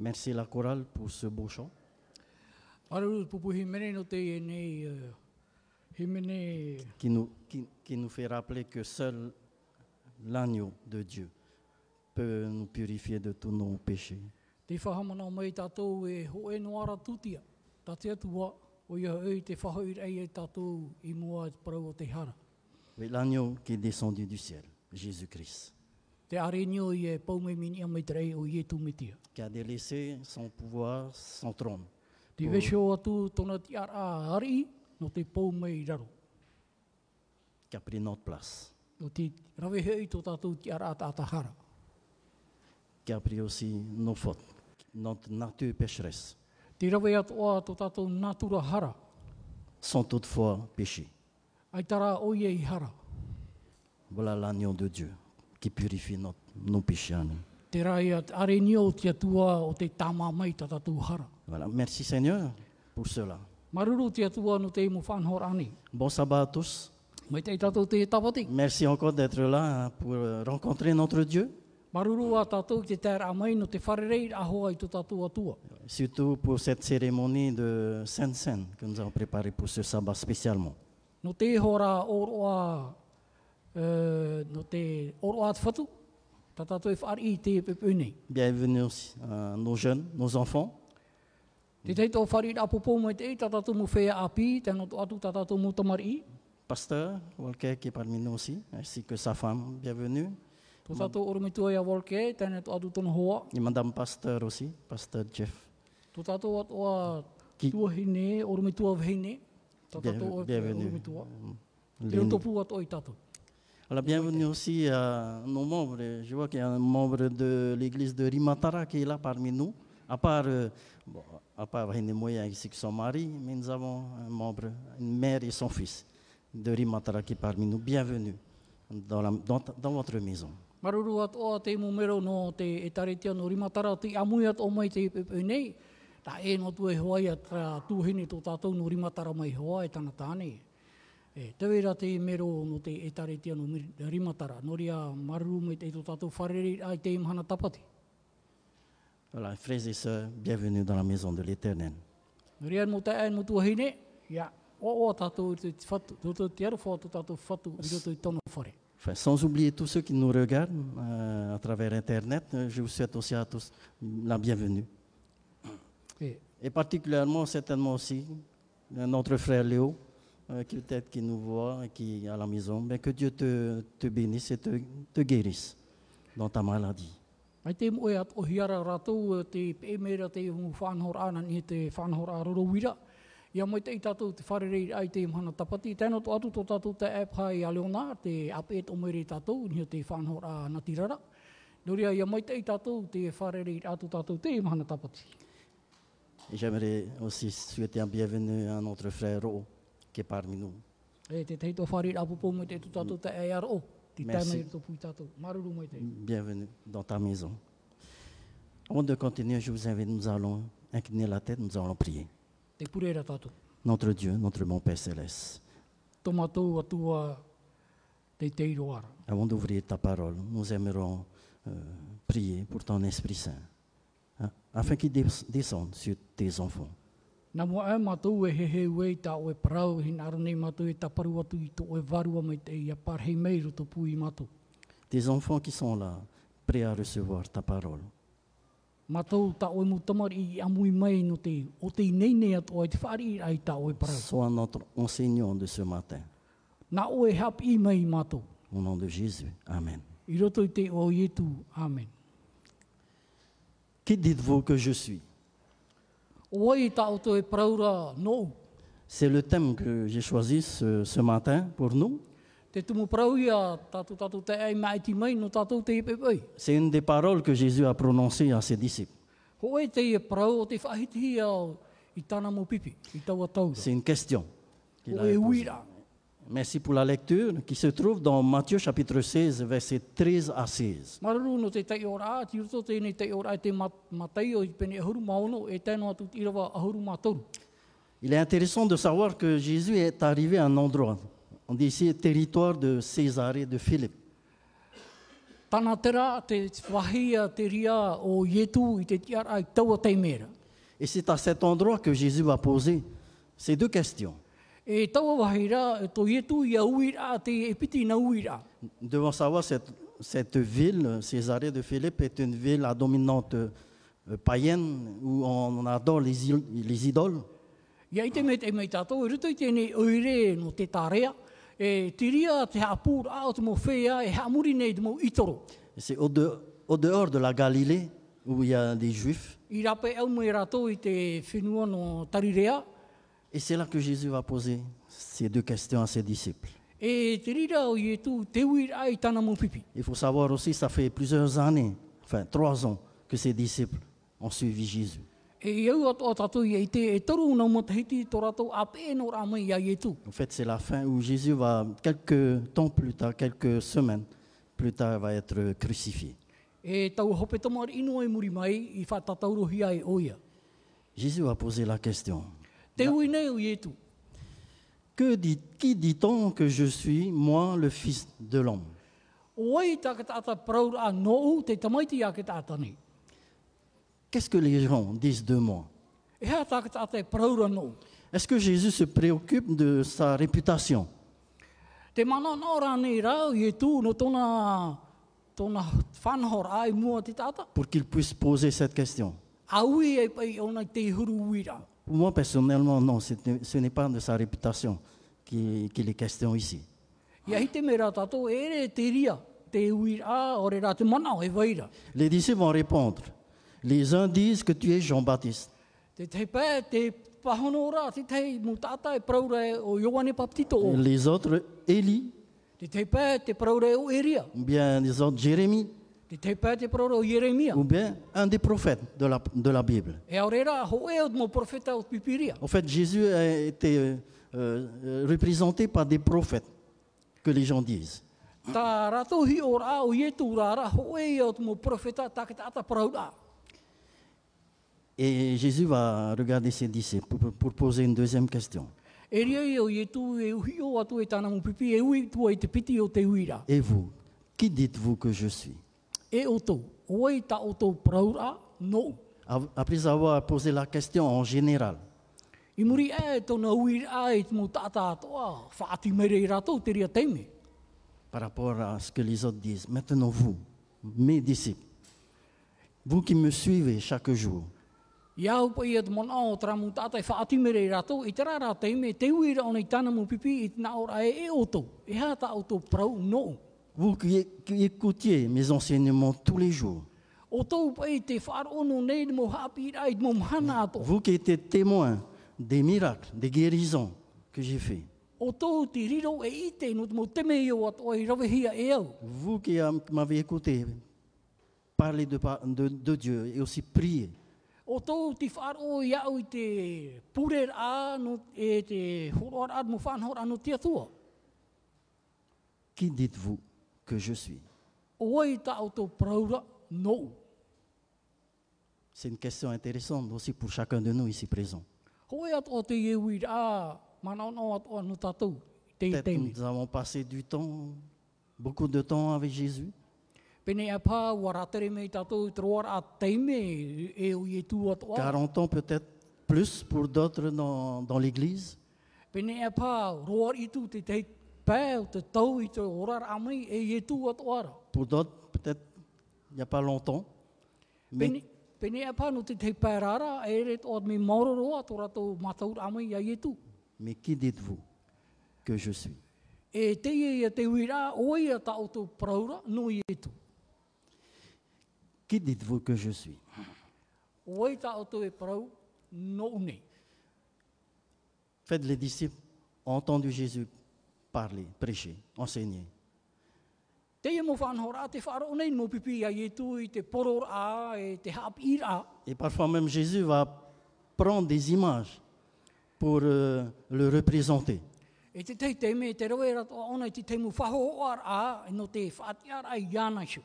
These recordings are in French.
Merci la chorale pour ce beau chant. Aruru pupu hi mene no te i e nei, uh, hi mene qui nous, qui, qui nous fait rappeler que seul l'agneau de Dieu peut nous purifier de tous nos péchés. te whahamana mai tātou e ho e noara tutia. Tā te atua o ia au te whahaur ei e tātou i mua parau o te hara. Oui, l'agneau qui est descendu du ciel, Jésus-Christ, Te arenio i e paumei mini a mai te rei o i e tūmitia. qui a délaissé son pouvoir, son trône, Te vesho atu tona te ara ari no te paumei raro. qui a pris notre place, No te rawe hei tō tātou te ara tātahara. qui a pris aussi nos fautes, notre nature pécheresse, Te rawe atoa tō tātou nātura hara. sans toutefois péché. Ai tara o i e i hara. Voilà l'agneau de Dieu qui purifie notre, nos péchés à nous. Te rai at arenio o te atua o te tāmā mai tā tātou hara. Voilà. Merci Seigneur pour cela. Maruru te atua no te imu whanhor ani. Bon sabbat à tous. Mai te tātou te tawati. Merci encore d'être là pour euh, rencontrer notre Dieu, Maruru a tātou te tēra amai no te wharerei ahoa i tō tātou atua. surtout pour cette cérémonie de Sainte-Seine que nous avons préparée pour ce sabbat spécialement. No te hora oroa, uh, no te oroa te whatu, tā tātou e whaari i te pepe nei. Bienvenue aussi à nos jeunes, nos enfants. Te tei tō whaari a popo mai te e, tā tātou mu whea api, tēnā tō atu tā tātou mu tamari i. Pasteur Walker qui est parmi nous aussi, ainsi que sa femme, bienvenue. Tō tātou oromitua i a walke, tēnā tō atu tōna hoa. Et Madame Pasteur aussi, Pasteur Jeff. Tō tātou atoa Ki- tuahine, oromitua vahine. Tō Bien- tātou bienvenue. oromitua. Te Léonie. utopu atoa i tātou. Alors bienvenue aussi à nos membres. Je vois qu'il y a un membre de l'église de Rimatara qui est là parmi nous. À part, euh, bon, à part René Moya ici que son mari, mais nous avons un membre, une mère et son fils de Rimatara qui est parmi nous. Bienvenue dans, la- dans ta- dans votre maison. Maruru atoa te mumero no te e taretia no rimatara te amui at o mai te pepe nei. Ta e no tu e hoai at ra tūhine tō tātou no rimatara mai hoa e tana tāne. E, te wera te mero no te e taretia no mir- rimatara. Nori a maruru mai te tō tātou wharere ai te imhana tapati. Voilà, frères et sœurs, bienvenue dans la maison de l'Éternel. Nori a mo te ae mo tuahine. Ia, o o tātou i te whatu. Tō tō te arwha tō tātou whatu i roto i tono whare. Enfin, sans oublier tous ceux qui nous regardent euh, à travers Internet, euh, je vous souhaite aussi à tous la bienvenue. E, Et particulièrement, certainement aussi, euh, notre frère Léo, euh, qui peut-être qui nous voit, et qui est à la maison. Mais que Dieu te, te bénisse et te, te guérisse dans ta maladie. Mai te moe at o hiara rātou e te pēmera te hungu whānhor ana ni e te whānhor a rorowira. Ia mai te i tātou te wharerei ai te mhana tapati. Tēnā tō atu tō tātou te app hai a Leona, te apet o mere tātou, ni te whānhor a Natirara. Noria, ia mai te i tātou te wharerei atu tātou te mhana tapati. Et j'aimerais aussi souhaiter un bienvenue à notre frère Ro, qui est parmi nous. E te tei tō wharerei apopo me te tō tātou te ARO. Ti Merci. Mm. tēnā i tō pui tātou. Maruru mai te. Bienvenue dans ta maison. Avant de continuer, je vous invite, nous allons incliner la tête, nous allons prier. Te purera tātou. Notre Dieu, notre bon Père Céleste, Tō mātou atua te teiro ara. Avant d'ouvrir ta parole, nous aimerons euh, prier pour ton Esprit Saint, hein, afin qu'il des- descende sur tes enfants. Nā mua au mātou e hehe ue i tā oe parau, hin aro nei mātou e taparu atu i tō oe varua mai te ia parhei mei roto pui mātou. Tes enfants qui sont là, prêts à recevoir ta parole. Mātou tā oe mutamari i amui mai no te o te nei nei atu ai te whaari i ai tā oe parau. Sois notre enseignant de ce matin. Nā oe hap i mai mātou, Au nom de Jésus. Amen. i roto i te o ietu, amen. Qui dites-vous que je suis O ai tā o tō e paraura nou, C'est le thème que j'ai choisi ce, ce matin pour nous. te tumu parau ia tātou tātou te ai mai ti mai no tātou te ipepei. C'est une des paroles que Jésus a prononcées à ses disciples. Ho e te e parau o te whahiti au i tāna mō pipi, i taua taura. C'est une question. qu'il a O e posée. uira. Merci pour la lecture qui se trouve dans Matthieu chapitre 16, versets 13 à 16. Mararu no te tei ora a, ti roto tēnei tei ora ai te mat, matai o i pene ahuru maono, e tēnā atu i rawa ahuru mātoru. Il est intéressant de savoir que Jésus est arrivé à un endroit, on dit ici territoire de Césarée de Philippe. Tana tera te wahia te ria o Yetu i te tiara i taua teimera. Et c'est à cet endroit que Jésus va poser ces deux questions. E taua wahira, tō Yetu ia uira te epiti na uira. Nous devons savoir cette, cette ville, Césarée de Philippe, est une ville à dominante euh, païenne où on adore les, il- les idoles. Ia i te mei te mei tātou, e ruto i tēnei oire no te tārea, e te ria te hapūra o te mō whea, e hamuri nei te mō itoro. Et C'est au, de- au dehors de la Galilée où il y a des juifs. I rape au mei rātou i te whenua no tarirea, Et c'est là que Jésus va poser ces deux questions à ses disciples. E te rira o Ietu, te uira ai tāna mō pipi. Il faut savoir aussi, ça fait plusieurs années, enfin trois ans, que ses disciples ont suivi Jésus. E iau ato a tātou ia i te e toru nau matahiti tō rātou a pēno rā mai e ia Ietu. En fait, c'est la fin où Jésus va, quelques temps plus tard, quelques semaines plus tard, va être crucifié. E tau hope tamar ino e muri mai i whātataurohi ai o ia. Jésus va poser la question. Te ui nei o e Ietu. Que dit, qui dit-on que je suis, moi, le Fils de l'homme O ai tāka tāta praura a nou te tamaiti a ke tāta nei. Qu'est-ce que les gens disent de moi E hea tāka tāta e praura nou. Est-ce que Jésus se préoccupe de sa réputation Te mana nā rā nei rā o Ietu no tōna, tōna whanhor ai mua te tāta. pour qu'il puisse poser cette question A ui e pai ona te huru uira. Pour moi, personnellement, non, ce n'est- ce n'est pas de sa réputation qui- qu'il est question ici. Ia hite me rā tātou, e re te ria, te uira, o re rā te mana, e vaira. Les disciples vont répondre. Les uns disent que tu es Jean-Baptiste. Te te pē, te pahono rā, te tei mu tāta e praura e o Ioane Paptito o. Les autres, Élie, Te te pē, te praura e o Eria. ou bien les autres, Jérémie, Te te pē, te praura o Jeremia. ou bien un des prophètes de la, de la Bible. E au re rā, ho e o mō profeta o pipiria. En fait, Jésus a été euh, euh, représenté par des prophètes, que les gens disent. Tā rātou hi o rā o Ietu rā rā, ho e o mō profeta tā ki tāta praura. Et Jésus va regarder ses disciples pour, pour poser une deuxième question. E ria i o Ietu e uhi o atu e tāna mō pipi, e ui tua i te piti o te uira. Et vous, qui dites-vous que je suis E o tō, oi tā o tō praura, no. Av- Après avoir posé la question en général, I muri e tōna uira ai mō tātā atoa, whaati mere i rātou te ria teime. par rapport à ce que les autres disent. Maintenant, vous, mes disciples, vous qui me suivez chaque jour, Ia au pai e te mona o tera mō tātā i whaati mere e i rātou, i tera rā teime, te uira ona i tāna mō pipi i tina ora e e o tō. E hā tā o tō prau, no. vous qui, é- qui écoutiez mes enseignements tous les jours, O tō pai te whāro no nei mō hapi i rai mō mhana ato. vous qui étiez témoins des miracles, des guérisons que j'ai faits, O tō te riro e ite no te mō teme i o atoa i rawehia e au. vous qui am- m'avez écouté parler de, par- de- de Dieu et aussi prier, O tau te whaaro i au i te pure a no, e te horoar a mo whanhor anu te atua. qui dites-vous que je suis O ai ta o tau praura, no. C'est une question intéressante aussi pour chacun de nous ici présents. Hoi e ato o te iwi a manao no ato anu tatou. Te i Peut-être teimi. nous avons passé du temps, beaucoup de temps avec Jésus. Pene a pā wa ratere mei tatou i troar a teime e o i tu ato a. 40 ans peut-être plus pour d'autres dans, dans l'Église. Pene a pā roar i tu te te pē o te tau i te horar a mai e i tu ato ara. Pour d'autres, peut-être il n'y a pas longtemps. Mais Pene, pene a pā no te te pē rara e re o me mauroro ato rato mataur a mai i tu. Mais qui dites-vous que je suis E te ia te uira, o ia ta o tō praura, no i etu. Qui dites-vous que je suis O ia ta o tō e parau, no nei. Faites les disciples ont entendu Jésus parler, prêcher, enseigner. Te ia mo whanhora, te whaaro nei mo pipi a etu i te poror a, e te hap ira. Et parfois même Jésus va prendre des images pour euh, le représenter. E te tei te me, te rawe rato a ona, i te te mu whaho ar a, no te whaatiara i ana shu.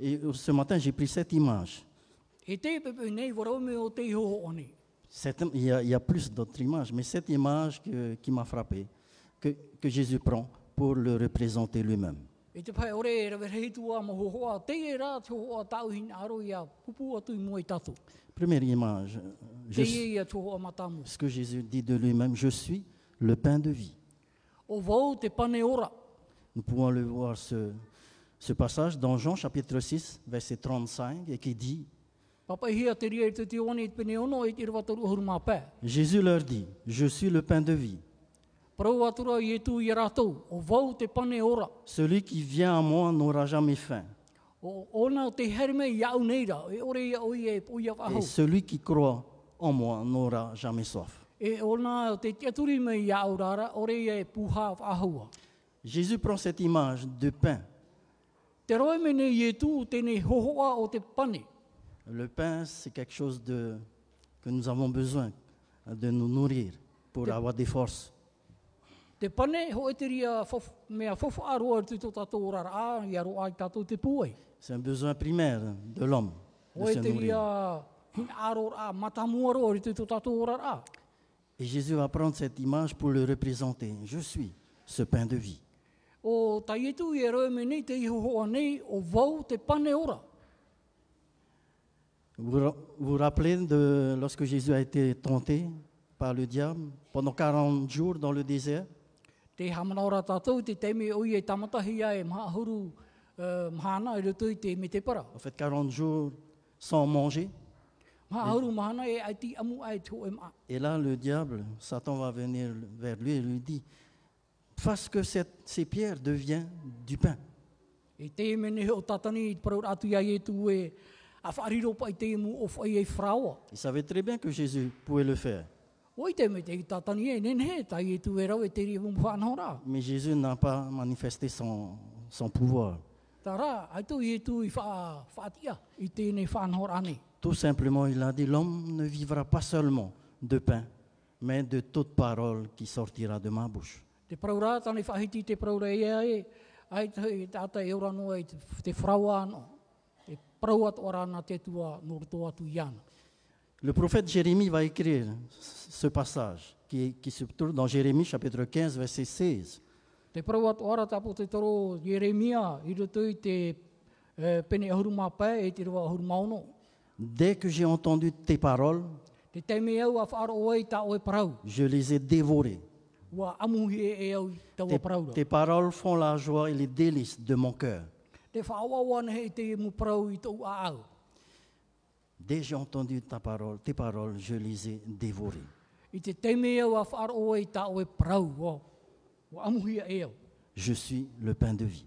Et euh, ce matin, j'ai pris cette image. E te pepe nei, warau me o te hoho o nei. Certaines- il, y a, il y a plus d'autres images, mais cette image que- qui m'a frappé, que, que Jésus prend pour le représenter lui-même. E te pai ore e rawe reitu a mohohoa, te e rā te hohoa tau hin aro i a pupu atu i mua i tatu. Première image, je- Te e i a te hohoa matamu. ce que Jésus dit de lui-même, je suis le pain de vie. O vau te pane ora. Nous pouvons le voir ce, ce passage dans Jean chapitre 6, verset 35, et qui dit, Papahia te ria i te te one i te pene ono i te rawataru ahuru mā pē. Jésus leur dit, je suis le pain de vie. Parau atura i e tū i a rātou, o vau te pane ora. Celui qui vient à moi n'aura jamais faim. O ona te herme i au nei rā, e ore i a oi e pui a Et wahau. celui qui croit en moi n'aura jamais soif. E ona te tiaturi me i au rāra, ore i e puha wahau. Jésus prend cette image de pain, Te roi mene i e tū tēnei hohoa o te pane. Le pain, c'est quelque chose de, que nous avons besoin hein, de nous nourrir pour avoir des forces. Te pane, ho e te ria fof, mea fofo aroa i tō tātou rara a, i aro ai tātou te pūai. C'est un besoin primaire de l'homme de Ho e se te ria nourrir. hin aro a, matamu aroa i tō tātou rara a. Et Jésus va prendre cette image pour le représenter. Je suis ce pain de vie. O tai etu i e roe me nei te iho hoa nei, o vau te pane ora. Vous ra- vous vous rappelez de lorsque Jésus a été tenté par le diable pendant 40 jours dans le désert Te hamana ora tātou, te teime oi e tamatahi a e maha huru uh, mahana e rutu i te me te para. En fait, 40 jours sans manger. Maha huru mahana e ai ti amu ai tō e maa. Et là, le diable, Satan va venir vers lui et lui dit, fasse que cette- ces pierres deviennent du pain. E te mene o tatani i paraur atu ia e tu e a whaariro pa i te mu o whai e whraua. Il savait très bien que Jésus pouvait le faire. Oi te me te i tatani e nenhe, tai e tu e rau e te ri mu whanora. Mais Jésus n'a pas manifesté son, son pouvoir. Tā rā, ai tō i e tu i wha, whaatia i tēnei whanhora nei. Tout simplement, il a dit, l'homme ne vivra pas seulement de pain, mais de toute parole qui sortira de ma bouche. Te praura, tani whahiti te praura e ai, ai te tata e ora noa i te, te whraua anō. Te praua tō rāna te tua nōru tō atu iana. Le prophète Jérémie va écrire ce passage qui, qui se trouve dans Jérémie chapitre 15, verset 16. Te praua tō ara tapo te toro Jeremia i roto i te eh, pene ahuru mā pē e te rua ahuru maono. Dès que j'ai entendu tes paroles, Te teime au a whaaro oi tā oe parau. je les ai dévorées. Ua amuhi e e au taua Tes, paraura. tes paroles font la joie et les délices de mon cœur. Te whaoawana he i te mu parau i tō a au. Dès que j'ai entendu ta parole, tes paroles, je les ai dévorées. I te teime au a whaaro oi tā oe parau. Ua, ua amuhi e au. Je suis le pain de vie.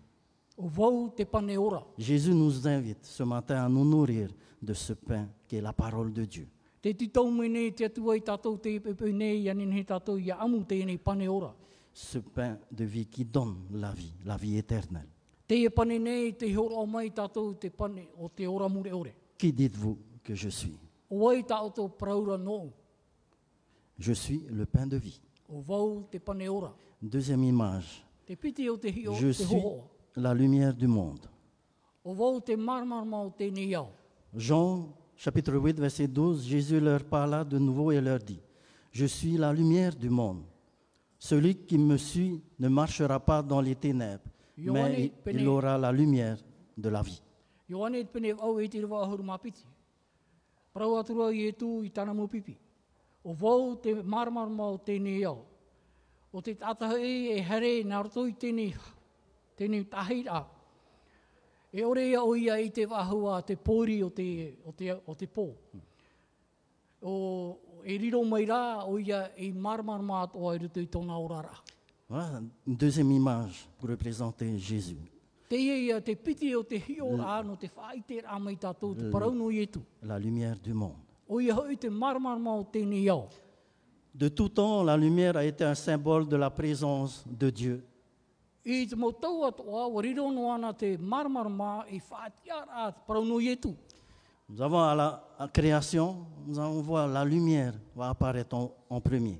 O vau te pane ora. Jésus nous invite ce matin à nous nourrir de ce pain qui est la parole de Dieu. Te titau me nei te atua i tātou te pepe nei anin he tātou i a amu tēnei pane ora. Ce pain de vie qui donne la vie, la vie éternelle. Te e pane nei te hora o mai tātou te pane o te ora mure ore. Qui dites-vous que je suis O ai tātou praura no, Je suis le pain de vie. o vau te pane ora. Deuxième image. Te piti o te hio, Je te suis hoho. la lumière du monde. O vau te marmarma o tēnei au. Jean chapitre 8 verset 12, Jésus leur parla de nouveau et leur dit, Je suis la lumière du monde. Celui qui me suit ne marchera pas dans les ténèbres, Ioane mais il- Pene- il aura la lumière de la vie. Ioane te pene au e te rewa ahuru mapiti. Prau atura i e tū i tāna mō pipi. O vau te marmarma o tēnei au. O te tātaha e e here nā roto i tēnei, tēnei tahira. E ore ia o ia i te wahua te pōri o te, o te, o te pō. O, e riro mai rā o ia e i marmarma atoa i roto i tōna orara. Voilà une deuxième image pour représenter Jésus, Te ia ia te piti o te hio rā no te whaite rā mai tātou te parauno i e tū. la lumière du monde. O ia hoi te maramarama o tēnei au. De tout temps, la lumière a été un symbole de la présence de Dieu. I te motau atoa, o riro no ana te maramarama i whaatiara te e parauno ietu. Nous avons à la à création, nous allons voir la lumière va apparaître en, en premier.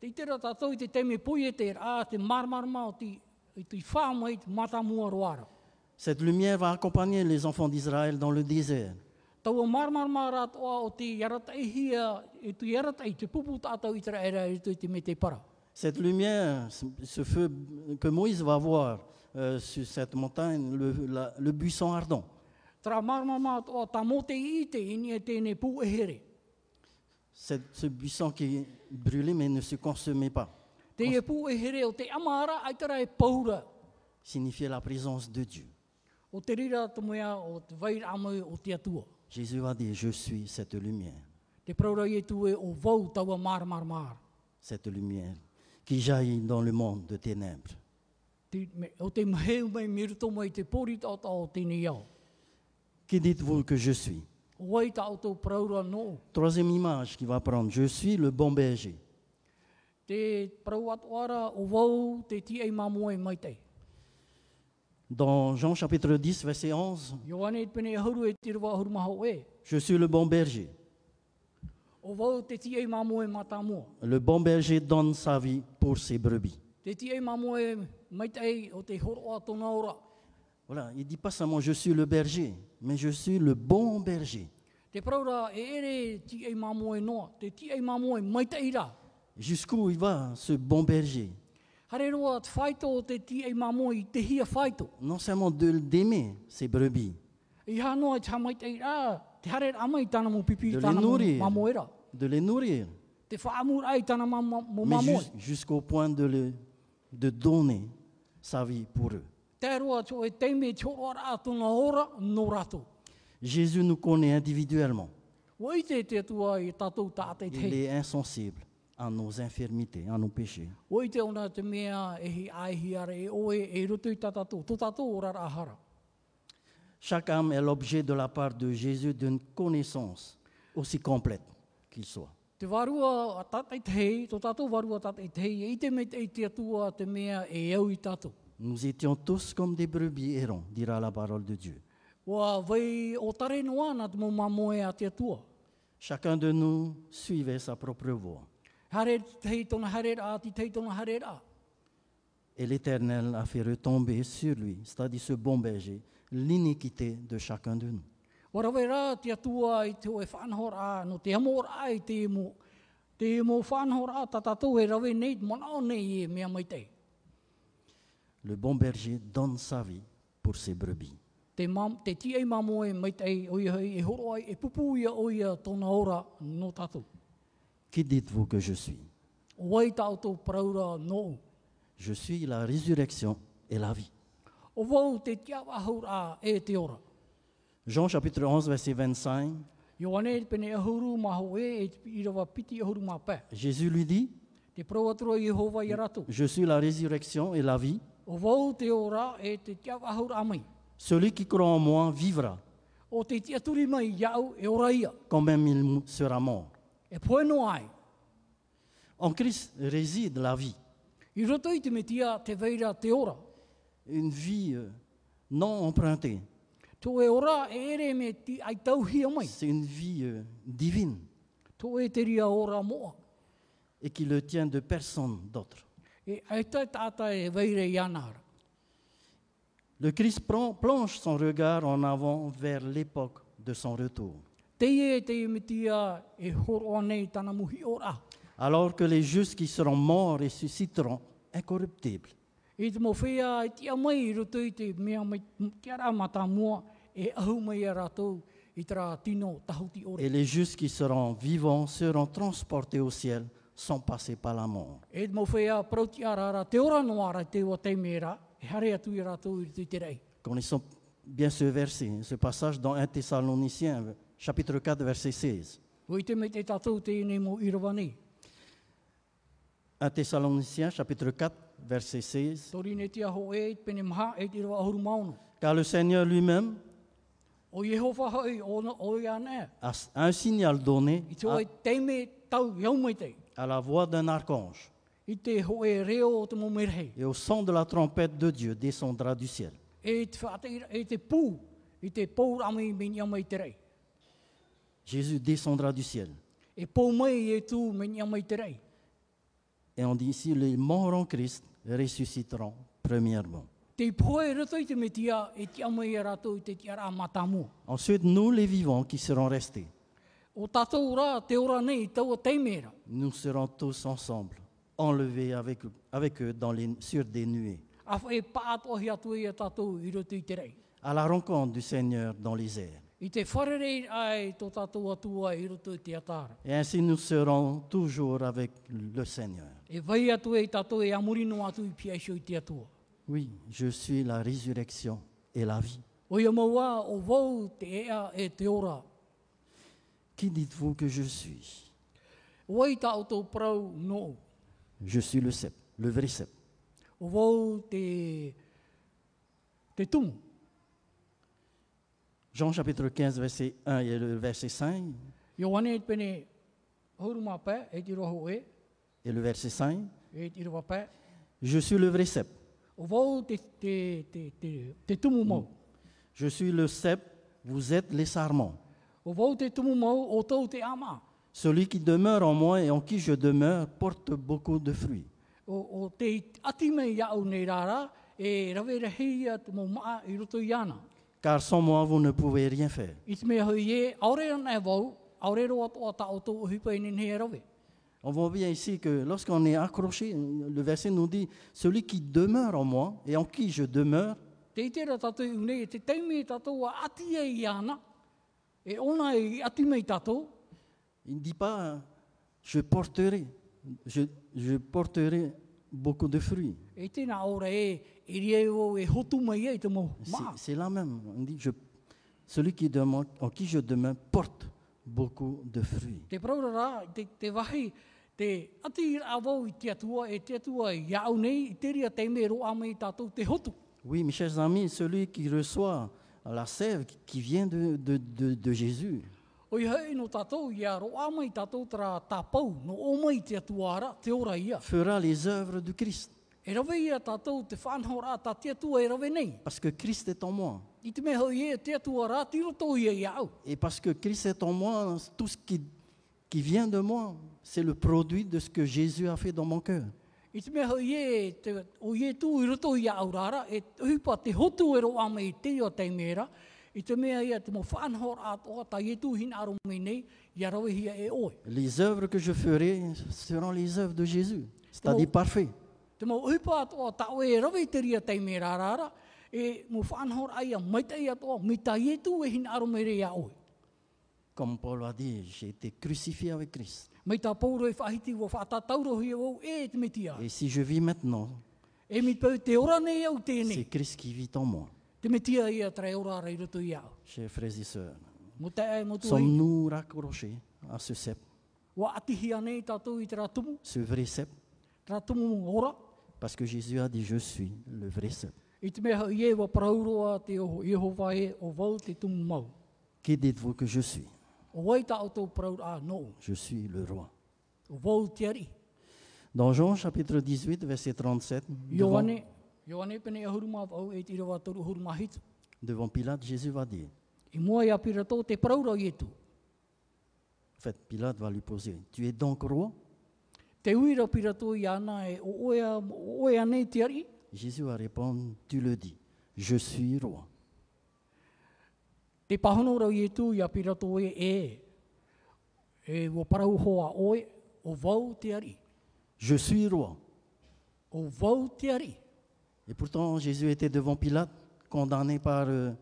Te itera tātou i te teme pui e te rā, te maramarama o ti, i te whāmai te matamua roara. Cette lumière va accompagner les enfants d'Israël dans le désert. Tau a maramarama rā toa o te yarataihia, i te yaratai, te pupu tātou i te e raera i te me te para. Cette lumière, ce- ce feu que Moïse va voir euh, sur cette montagne le, la- le buisson ardent. Tara marama o ta mote i te ini e tēnei pū e here. C'est ce buisson qui brûlait mais ne se consumait pas. Te e pū e here o te amara ai tara e paura. Signifiait la présence de Dieu. O te rira te mea o te vaira amau o te atua. Jésus a dit, je suis cette lumière, Te praura i e tu e o vau taua mar mar mar. cette lumière qui jaillit dans le monde de ténèbres. Te, me, o te mheu mai miruto mai te pori tau tau o tēnei au. Qui dites-vous que je suis O ai tau tau praura no. Troisième image qu'il va prendre, je suis le bon berger. Te prau atoara o vau te ti ei mamoe mai te. Dans Jean chapitre 10, verset 11, Ioane pene e hauru e tirawa hauru maha o e. je suis le bon berger. O vau te ti e ei mamoe matamua. Le bon berger donne sa vie pour ses brebis. Te ti ei mamoe mai te ei o te horo a tōna ora. Voilà, il ne dit pas seulement je suis le berger, mais je suis le bon berger. Te praura e ere ti ei mamoe noa. Te ti ei mamoe mai te ira. Jusqu'où il va, ce bon berger Hare roa te whaito o te ti ei mamoe i te hia whaito. Non seulement de- d'aimer ses brebis, I hanoa i tā mai te ira. Te hare amai tāna mo pipi De le i tāna mo nourrir. mamoera. de les nourrir, Te whaamur ai tāna ma- ma- mo mais mamoe. jus- jusqu'au point de, le- de donner sa vie pour eux. Te roa tō e teime te horo ara a tōna ora no rato. Jésus nous connaît individuellement. Wai te te atua i tātou tātei te. Il est insensible à nos infirmités, à nos péchés. Oi te ona te mea e hi ai hi ara e oe e roto i tatatou, tō tātou ora ahara. Chaque âme est l'objet de la part de Jésus d'une connaissance aussi complète qu'il soit. Te warua a tatai te hei, tō tātou warua a tatai te hei, e i te me te i te atua te mea e au i tātou. Nous étions tous comme des brebis errants, dira la parole de Dieu. Wa vai o tare no ana te mō mamoe a te atua. Chacun de nous suivait sa propre voie. Hare te hei tōna hare a, ti te hei tōna hare a. Et l'Éternel a fait retomber sur lui, c'est-à-dire ce bon berger, l'iniquité de chacun de nous. Warawai rā te atua i te oe whanhor a, no te amor a i te mō. Te mō whanhor a tatatou he rawe nei, mana o nei e mea mai tei. Le bon berger donne sa vie pour ses brebis. Te, mam, te ti ei mamo e mai te ei o ia hei e horo ai e pupu ia o ia tōna ora no tātou. Qui dites-vous que je suis O wai tātou praura no. Je suis la résurrection et la vie. O wau te tia wahur a e te ora. Jean chapitre 11, verset 25, Ioane pene e huru ma ho e e te irawa piti e huru ma pē. Jésus lui dit, Te praua tura i hova i ratu. je suis la résurrection et la vie. O wau te ora e te tia wahur a mai. Celui qui croit en moi vivra, O te tia turi mai iau e ora ia. quand même il mou- sera mort. E poe no ai. En Christ réside la vie, I roto i te metia te veira te ora. une vie euh, non empruntée. Tō e ora e ere me ti ai tauhia mai. C'est une vie euh, divine Tō e te ria ora moa. et qui le tient de personne d'autre. E ai tai tata e veire i anara. Le Christ prend- plonge son regard en avant vers l'époque de son retour. Teie e te mitia e horo nei tana muhi ora. Alors que les justes qui seront morts ressusciteront incorruptibles. E te mowhea e tia mai i roto i te mea mai kia rā mata mua e ahu mai a rātou i tera tino tahuti ora. Et les justes qui seront vivants seront transportés au ciel sans passer par la mort. E te mowhea prauti a rāra te ora no ara te wa te mera e hare atu i rātou i te te rei. Connaissons bien ce verset, ce passage dans 1 Thessaloniciens, chapitre 4, verset 16. Oi te me te tātou te ine mo i rawa nei. 1 Thessaloniciens, chapitre 4, verset 16. Tori ne tia ho e te pene maha e te rawa ahuru maono. Car le Seigneur lui-même, O Yehova hoi o, o ia nea. à un signal donné I te oe teime tau iau mai tei. à, à la voix d'un archange I te hoe reo o te momerhei. et au son de la trompette de Dieu descendra du ciel. E te whaateira, e te pū, i te pōra mai meni amai te rei. Jésus descendra du ciel. E pō mai e tū meni amai te rei. Et on dit ici, les morts en Christ ressusciteront premièrement. Te poe roto i te metia, e te amai e rato i te tiara matamu. Ensuite, nous les vivants qui serons restés, O tātou rā, te ora nei, taua teimera. nous serons tous ensemble, enlevés avec, avec eux dans les- sur des nuées. Awha e pā tohi atu i a tātou i roto i te rei. à la rencontre du Seigneur dans les airs. I te wharerei ai tō tātou atua i roto i te atara. Et ainsi nous serons toujours avec le Seigneur. E vai atu e i tātou e amurino atu i pia iso i te atua. Oui, je suis la résurrection et la vie. O ia maua o vau te ea e te ora. Qui dites-vous que je suis O ai tā o tō parau no. Je suis le cep, le vrai cep. O vau te, te tumu. Jean chapitre 15, verset 1 et le verset 5. Ioane pene hauruma pē, e te roho e, Et le verset 5. e te roho pē. Je suis le vrai cep. O vau te, te, te, te, te tumu mau. Je suis le cep. Vous êtes les sarments. O vau te tumu mau o tau te ama. Celui qui demeure en moi et en qui je demeure porte beaucoup de fruits. O, o te ati mei iau nei rāra, e rawe rehei atu mō maa i roto i ana. Car sans moi, vous ne pouvez rien faire. I te mea hoi e, aore rana e vau, aore roa toa ta o tō hipa i nenei e rawe. On voit bien ici que lorsqu'on est accroché, le verset nous dit Celui qui demeure en moi et en qui je demeure, Te itera tātou i unei, te teimi i tātou a ati e i ana, e ona e i ati mei tātou, il ne dit pas Je porterai, je, je porterai beaucoup de fruits. e tēnā ora e, e rie o e hotu mai e te mō C'est- maa. C'est la même. On dit je, Celui qui demeure, en qui je demeure porte beaucoup de fruits. Te praura rā, te, te wahi, te ati a vau i te atua, e te atua i au nei, i te ria teimi e roa mei tātou te hotu. Oui, mes chers amis, celui qui reçoit la sève qui vient de- de- de- de Jésus, O i hei no tātou, ia roa mei tātou tera tāpau, no o mei te atua ara, te ora ia. fera les œuvres du Christ. E rawe ia tātou te whanho rā, tā te atua e rawe nei. Parce que Christ est en moi. I te mea hoi e te atua rā, tiro tō ia i au. Et parce que Christ est en moi, tout ce qui, qui vient de moi, c'est le produit de ce que Jésus a fait dans mon cœur. I te mea hoi e, te, o i e tū i roto i a aurara, e hupa te hotu e roa me i te o te mera, i te mea ia te mo whanhor a toa, ta i e tū hina aro me nei, i a rawe hia e oe. Les œuvres que je ferai seront les œuvres de Jésus, c'est-à-dire Oh. parfait. Te mo hupa a toa, ta oe e rawe i te ria te mera rara, e mo whanhor a ia maitai a toa, mi ta i e tū e hina aro me rei a oe. Comme Paul a dit, j'ai été crucifié avec Christ. Mai tā pauro e whahiti o whātātauro hi o e te miti a. Et si je vis maintenant, E mi pau te ora nei au c'est tēnei. Christ qui vit en moi. Te miti a ia tre ora rei roto i au. Chers frères et sœurs, Mo te ai mo tui, sommes-nous raccrochés à ce cep, wa atihia nei tātou i te ratumu, ce vrai cep te ratumu ora. Parce que Jésus a dit, je suis le vrai cep. I te mea i e wa parauroa te oho Iehova e o vau te tumu mau. Qui dites-vous que je suis O wai tā autou paraur a no, Je suis le roi. o vau te ari. Dans Jean chapitre 18, verset 37, devant, Ioane, Ioane pene e huruma au e tira wa toru huruma hitu. devant Pilate, Jésus va dire, I mua ia pirato te e paraura i etu. en fait, Pilate va lui poser, tu es donc roi Te uira pirato i ana e o oea, o oea nei te ari. Jésus va répondre, tu le dis, je suis roi. Te pahono rau i tū ia pira tō e e. E o parau hoa oe, o vau te ari. Je suis roi. O vau te ari. Et pourtant, Jésus était devant Pilate, condamné par euh,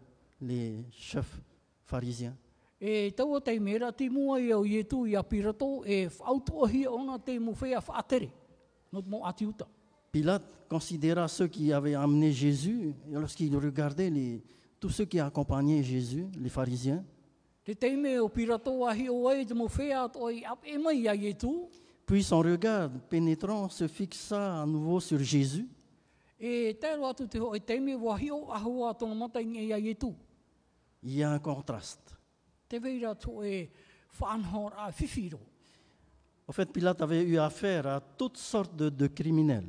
les chefs pharisiens. E taua tei mera te mua i au i tū ia pira tō e whautuahia ona te mowhea whaatere. Not mō ati uta. Pilate considéra ceux qui avaient amené Jésus, et lorsqu'il regardait les- tous ceux qui accompagnaient Jésus, les pharisiens, Te teime o pira tō ahi o e te mowhea tō i ap e mai ia i tū. puis son regard pénétrant se fixa à nouveau sur Jésus. E tēro atu te ho e teime wahi o ahua tōna matai nge ia i tū. Il y a un contraste. Te veira tō e whanhor a whiwhiro. En fait, Pilate avait eu affaire à toutes sortes de, de criminels.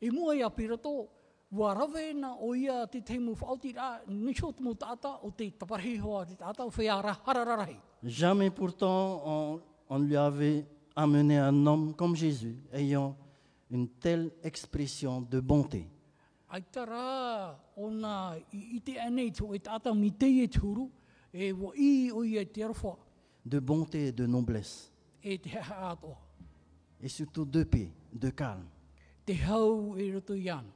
E mua ia pirato, wa rawe na o ia te teimu whaoti rā, nisho tumu tāta o te taparehi hoa te tāta o whea ra harararahi. Jamais pourtant on, on lui avait amené un homme comme Jésus, ayant une telle expression de bonté. Ai tā rā, o nā i ite anei tō e tāta mi te e tūru, e wa i o ia te arwha, De bonté et de noblesse. e te hea atoa. Et surtout de paix, de calme. Te hau e roto i ana.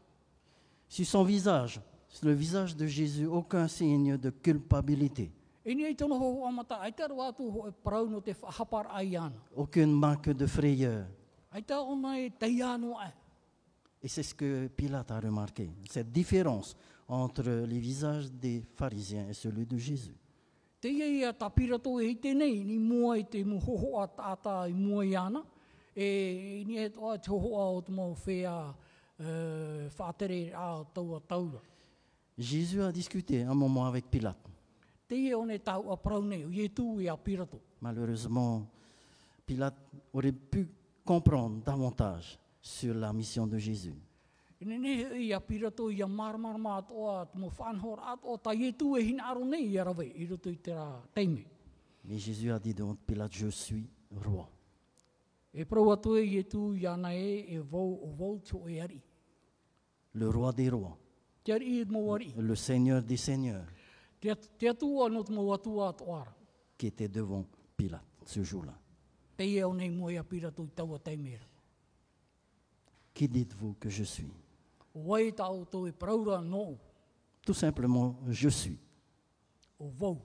Sur son visage, sur le visage de Jésus, aucun signe de culpabilité, E ni ei tono ho amata, ai taro atu ho e parau no te hapar ai ana. aucune marque de frayeur. Ai tā ona e teiano ai. Et c'est ce que Pilate a remarqué, cette différence entre les visages des pharisiens et celui de Jésus. Te ia ia tapira tō e hei tēnei, ni mua i te muhoho a tātā i mua i ana, e ni e toa te hohoa o te mau whea uh, whātere a taua taura. Jésus a discuté un moment avec Pilate. Te ia one tau a parau nei, o ie tū e a pirato. Malheureusement, Pilate aurait pu comprendre davantage sur la mission de Jésus. E ne ne i a pirato i a marmar mā toa, te mau whanhor a toa, ta ie tū e hina aro nei i a rawe, i roto i te rā teime. Mais Jésus a dit donc, Pilate, je suis roi. E parau atu e ie tū i ana e, e vau o vau tō e ari. Le roi des rois, Te ari e mō ari. le seigneur des seigneurs, Te atu- te atua no te mau atua a toara. qui était devant Pilate ce jour-là. Te ia o nei moe a pira tui taua teimera. Qui dites-vous que je suis O wai tau tō e praura no Tout simplement, je suis. o vau.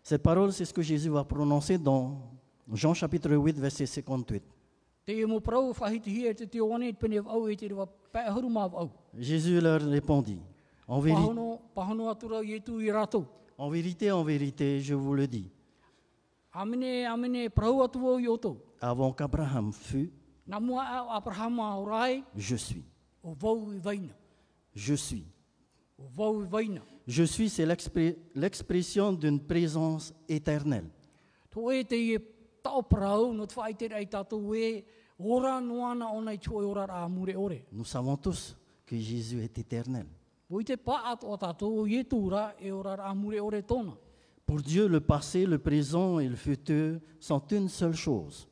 Cette parole, c'est ce que Jésus va prononcer dans Jean chapitre 8, verset 58. Te ia mo prau whahiti hia e te te one i pene au e te rewa pēhuru mā au. Jésus leur répondit, en vérité, Pahono, pahono atura i e tu i rātou. en vérité, en vérité, je vous le dis, Amene, amene, prau atua i oto. avant qu'Abraham fût, Nā mua au Abrahama o rai, je suis. o vau i vaina. Je suis. O vau i vaina. Je suis, c'est l'expré- l'expression d'une présence éternelle. Tō e te i e tau prau no te whaitera i tātou e ora noana o nei tō e ora rā mure ore. Nous savons tous que Jésus est éternel. Mo i te pā atua tātou i e tūra e ora rā mure ore tōna. Pour Dieu, le passé, le présent et le futur sont une seule chose.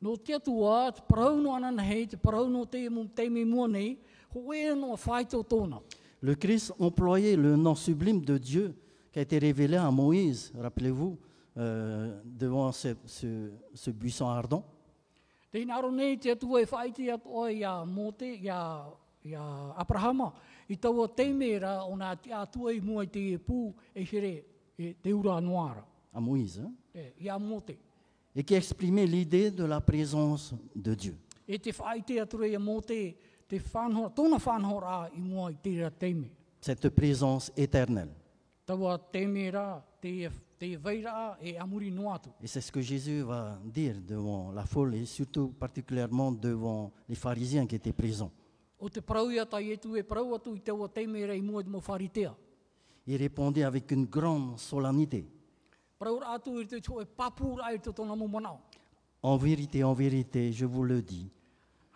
No te atua, te parau no anan hei, te parau no te mum te me mua nei, ho e no a whaito tōna. Le Christ employait le nom sublime de Dieu qui a été révélé à Moïse, rappelez-vous, euh, devant ce, ce- ce buisson ardent. Te inaro nei te atua e whaiti atua i a mote, i a, i a Abrahama, i taua te mera o nā te atua i mua i te e pū e here e te ura noara, À Moïse, hein, e, i a mote. et qui exprimait l'idée de la présence de Dieu. E te whaiti atura i a mote, te whanhora, tōna whanhora i mua i te ra teime. Cette présence éternelle. Taua te mera, te, te veira e amuri no atu. Et c'est ce que Jésus va dire devant la foule et surtout particulièrement devant les pharisiens qui étaient présents. O te parau ia tai etu e parau atu i teua teimere i mua i te mo wharitea. Il répondait avec une grande solennité. Parau rā atu i te tō e papura i te tōna mo manao. En vérité, en vérité, je vous le dis,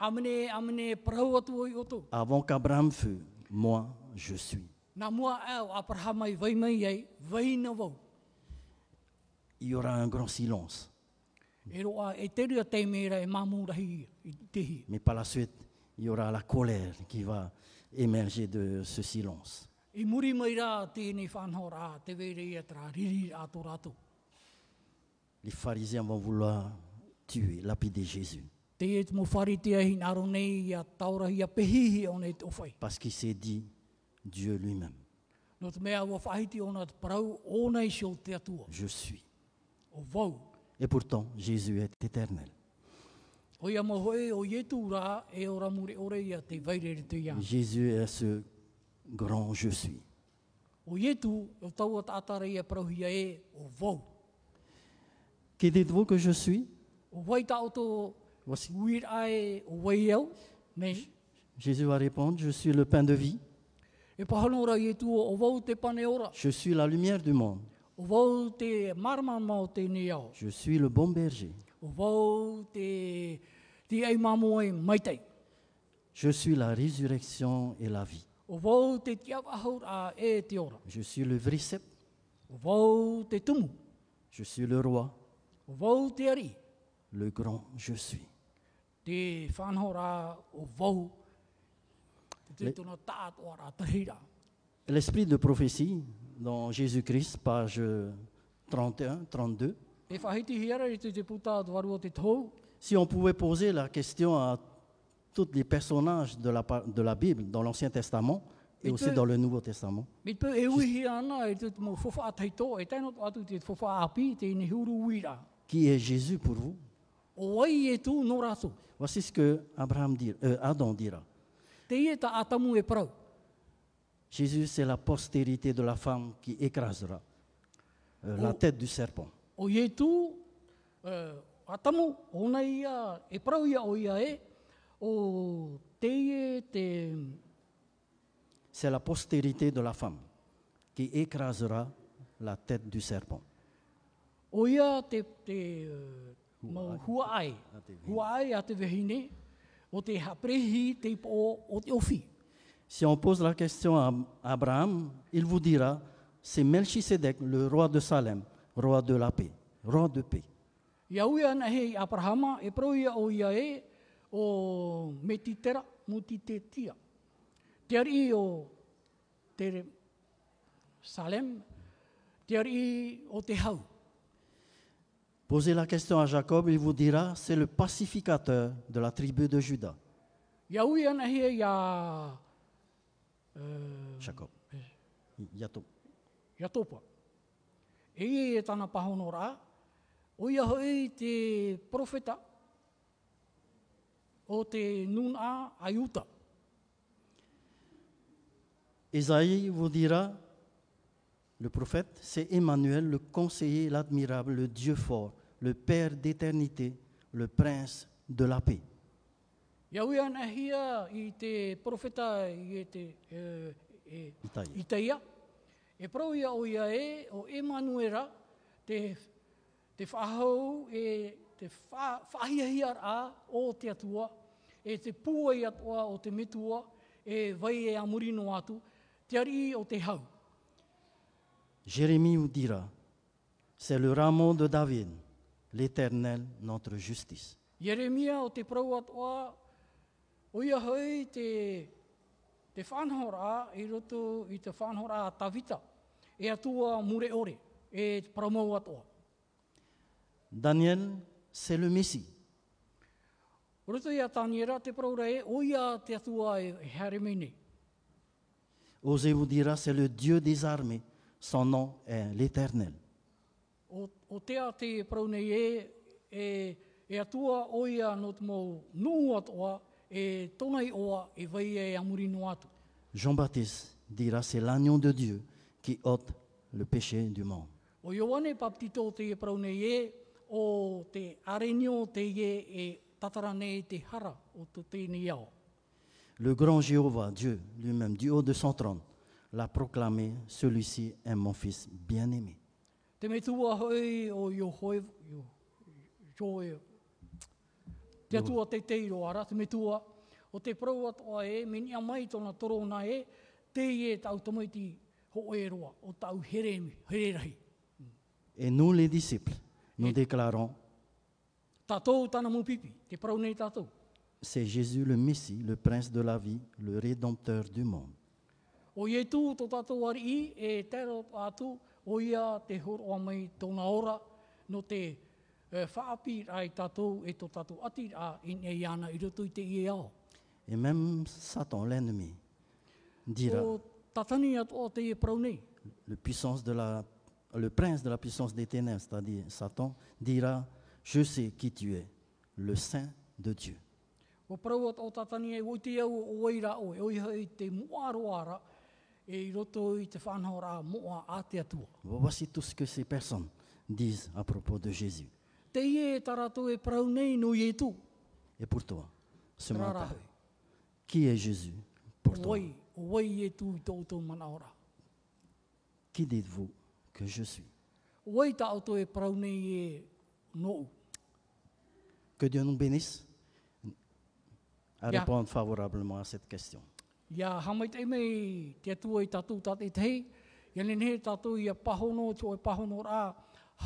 Amene, amene, parau atu i oto. avant qu'Abraham fût, moi, je suis. Nā mua au, aparhama i vai mai ei, vai na vau. Il y aura un grand silence. E roa e te ria teimere e mamurahi ia, i te hi. Mais par la suite, il y aura la colère qui va émerger de ce silence. I muri mai rā tēnei whanho rā, te vere ia tra riri rā tō rātou. Les pharisiens vont vouloir tuer, lapider Jésus. Te e te mo wharitea hi naro nei ia taurahi a pehihi o nei tō whai. Parce qu'il s'est dit Dieu lui-même, No te mea ua whahiti o nā te parau, o nei sio te atua, je suis. o vau. Et pourtant, Jésus est éternel. O ia mahoe o ietu rā e ora mure ore ia te vairere te ia. Jésus est ce grand je suis. O ietu o taua tātara ia parauhia e o vau. Qui dites-vous que je suis O wai tau tō Voici. uir ai o wai au, nei. Jésus va répondre Je suis le pain de vie, E pahano ora ietu o vau te pane ora, je suis la lumière du monde, o vau te marmama o te ni au, je suis le bon berger, o vau te, te ai mamo e maitei, je suis la résurrection et la vie, o vau te tiaw ahau a e te ora, je suis le vrai cep, o vau te tumu, je suis le roi, o vau te ari, le grand je suis. te whanau rā o vau, te tūtuna tātua rā tahira. L'esprit de prophétie dans Jésus-Christ, page 31-32, E whahiti hiara i te te puta adwarua te tau, si on pouvait poser la question à tous les personnages de la, par- de la Bible dans l'Ancien Testament, et Il aussi peut- dans le Nouveau Testament. Me te e uhi ana e te mo fofa atai tō, e tēnā tō atu te fofa api, te ini huru wira. Qui est Jésus pour vous O ai e tū no rātou. Voici ce que Abraham dira- euh, Adam dira. Te ie ta atamu e parau. Jésus, c'est la postérité de la femme qui écrasera euh, la tête du serpent. O ie tū, uh, atamu, ona ia, e parau ia o ia e, o te ie te, C'est la postérité de la femme qui écrasera la tête du serpent. o ia te, te uh, mau hua ai, hua ai a te vehine, o te haprehi te ipo o, o te ofi. Si on pose la question à Abraham, il vous dira, c'est Melchisedec, le roi de Salem, roi de la paix, roi de paix. Ia ui ana hei Abrahama, e pro ia o ia e, o me ti tera, mu ti te tia. Te ari i o te Salem, te ari i o te hau. Posez la question à Jacob, il vous dira, c'est le pacificateur de la tribu de Juda. Ia ui ana hei ia, Jacob. Yato. eh, ia topa. E ia e tana pahono rā, o ia hoi te profeta, o te nun a aiuta. Isaïe vous dira, le prophète, c'est Emmanuel, le conseiller, l'admirable, le Dieu fort, le Père d'éternité, le Prince de la paix. Ia ui ana hia i te profeta i e te e, e, Itaia. Itaia. E parau ia o ia e o Emanuera te, te whahau e te wha- whahiahia rā o te atua e te pua i atua o te metua e vai e amurino atu te ari o te hau. Jérémie vous dira, c'est le rameau de David, l'éternel, notre justice. Jeremia o te parau atua o ia hoi te, te whanhora i roto i te whanhora a tawita e atua mure ore e te paramau atua. Daniel, c'est le Messie, O roto ia tāniera te parau rei o ia te atua e e heremene. Osée vous dira, c'est le Dieu des armées, son nom est l'éternel. O, o tea te parau nei e, e, e atua o ia no te mau nuu atua e tonai oa e vai e amurino atu. Jean-Baptiste dira, c'est l'agneau de Dieu qui ôte le péché du monde. O Ioane Paptito te parau nei e, o te arenio te ie e tatara nei te hara o te tēnei au. Le grand Jéhovah, Dieu lui-même, du haut de son trône, l'a proclamé, celui-ci est mon fils bien-aimé. Te me tua hoi o yo hoi, yo, yo, te atua te teiro ara, te me tua, o te parau atoa e, meni a mai tona torona e, te ie tau tamaiti ho e roa, o tau heremi, hererahi. Et nous, les disciples, nous déclarons, Tātou tana mupipi, te parau nei tātou. c'est Jésus le Messie, le Prince de la vie, le Rédempteur du monde. O ie tū tō tātou ari i e tērā atu o ia te horo a mai tōna ora no te e, whaapi ai tātou e tō tātou ati a in e iana i roto i te ie ao. Et même Satan, l'ennemi, dira, O tatani atu o te ie parau nei. le, puissance de la- le prince de la puissance des ténèbres, c'est-à-dire Satan, dira, je sais qui tu es, le Saint de Dieu. O parau atu o tatani e oi te au o oira o e oiha i te muaroara e i roto i te whanau rā mua a te atua. Voici tout ce que ces personnes disent à propos de Jésus. Te ie e taratou e parau nei no ie tū. Et pour toi, ce matin, Rarahoi. qui est Jésus pour toi Oi, oi e tū i tōtou mana ora. Qui dites-vous que je suis Wai ta auto e parau nei e no. Que Dieu nous bénisse à Yeah. répondre favorablement à cette question. Ia hamait e mei te atua i tātou tātou tei. Ia nenhe tātou ia pahono, tō e pahono rā,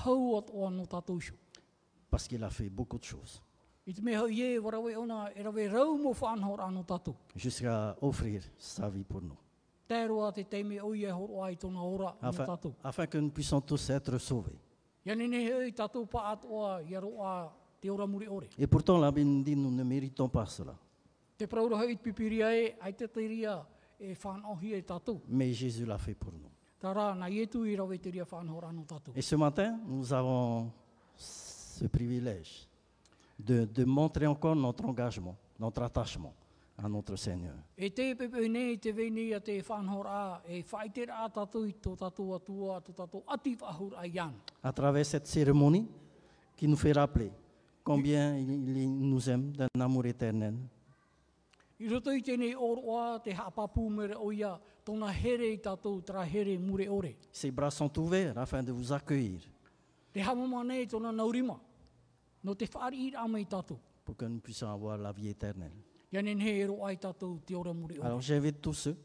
hau at o no tātou shu. Parce qu'il a fait beaucoup de choses. I te mea hau ie, warawe ona, e rawe rau mo whanho rā no tātou. Jusqu'à offrir sa vie pour nous. Tēroa te teime au ia horo ai tōna ora no Afin, tātou. afin que nous puissions tous être sauvés. Ia nenhe e tātou pa atoa, ia roa te ora muri ore. Et pourtant, la Bible nous dit nous ne méritons pas cela. Te praura hau i te pipiria e, ai te teiria, e whanohi e tātou. mais Jésus l'a fait pour nous. Tā rā, nā ietu i rawe te ria whanhora anō tātou. Et ce matin, nous avons ce privilège de, de montrer encore notre engagement, notre attachement à notre Seigneur. E te pepe nei te veni a te whanhora a, e whaitera a tātou i tō tātou atua, tō tātou ati wahura i ana. à travers cette cérémonie qui nous fait rappeler combien il, il nous aime d'un amour éternel. I roto i tēnei oroa, te hapapu mere o ia, tōna here i tātou, tera here mure ore. Ses bras sont ouverts afin de vous accueillir Te hamama nei tōna naurima, no te whaari i rama i tātou. pour que nous puissions avoir la vie éternelle. Ia nen he ero ai tātou te ora mure ore. Alors j'invite tous ceux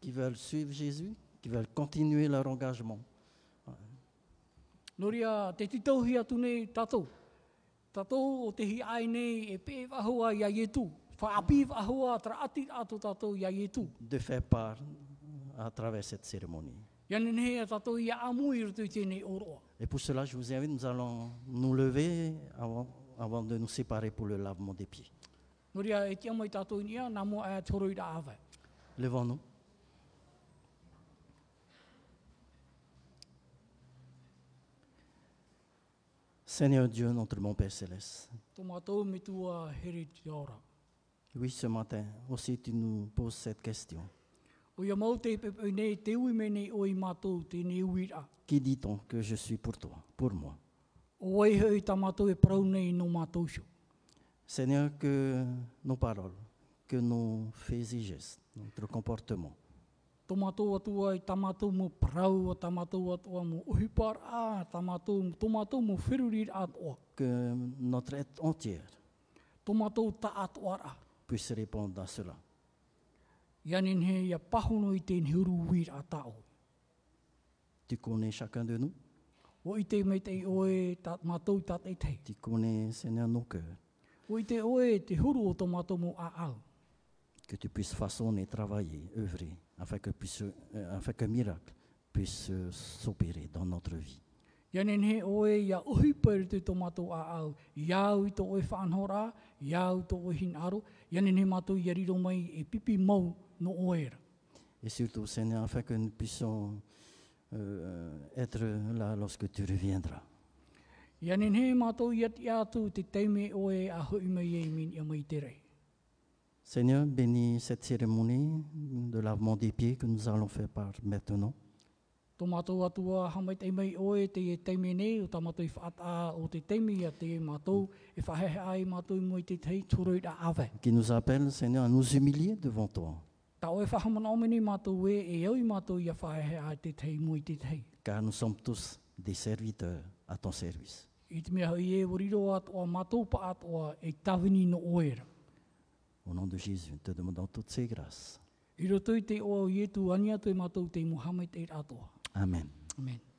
qui veulent suivre Jésus, qui veulent continuer leur engagement, No ria, te titauhi atu nei tātou. Tātou o te hi ai nei e pē wahua ia ietu. Whaapi wahua tra ati atu tātou ia ietu. de faire part à travers cette cérémonie. Ia nen he a tātou ia amu i roto i tēnei oroa. Et pour cela, je vous invite, nous allons nous lever avant, avant de nous séparer pour le lavement des pieds. No ria, e te amai tātou nia, nā mua aia toro i rā awai. Levons-nous. Seigneur Dieu, notre bon Père Céleste, Tō mātou me tua here te ora. oui, ce matin aussi, tu nous poses cette question. O ia mau te pepe nei, te ui me nei o i mātou tēnei ui rā. Qui dit-on que je suis pour toi, pour moi O ai hei tā mātou e parau nei no mātou sio. Seigneur, que nos paroles, que nos faits et gestes, notre comportement, Tō mātou atua i tā mātou mō parau, tā mātou atua mō uhipar ā, tā mātou, tō mātou mō whiruri rā atua. que notre être entière Tō mātou tā atua rā. puisse répondre à cela. Ia nen he ia pahono i tēnei huru ui rā tāo. Tu connais chacun de nous, O i te mei te oe, tā mātou i tātei tei. tu connais, Seigneur, nos cœurs, O i te oe, te huru o tō mātou mō ā au. que tu puisses façonner, travailler, œuvrer, afin que, puisse, euh, afin que miracle puisse euh, s'opérer dans notre vie. Ia nen he oe ia uhi pere te tō mātou a au. Iau i tō oe whanhora, iau i tō oe hinaro. Ia nen he mātou ia riro mai e pipi mau no oera. Et surtout, Seigneur, afin que nous puissions euh, être là lorsque tu reviendras. Ia nen he mātou ia te atu te teime oe a hui mai e min ia mai te rei. Seigneur, bénis cette cérémonie de lavement des pieds que nous allons faire par maintenant. Tō mātou atua hamai te mai oe te e teime nei o tā mātou i whaata o te teime ia te mātou e whahehe ai mātou i mui te tei toro i rā awe. Qui nous appelle, Seigneur, à nous humilier devant toi, Tā oe whahamana omeni mātou e e au i mātou ia whahehe ai te tei mui te tei. car nous sommes tous des serviteurs à ton service. I te mea hoi e wariro atoa, mātou pa atoa, e tawini no oera. Au nom de Jésus, te demandons toutes ces grâces. I roto i te oa o ietu, ani atu e mātou te Muhammad e atoa. Amen. Amen.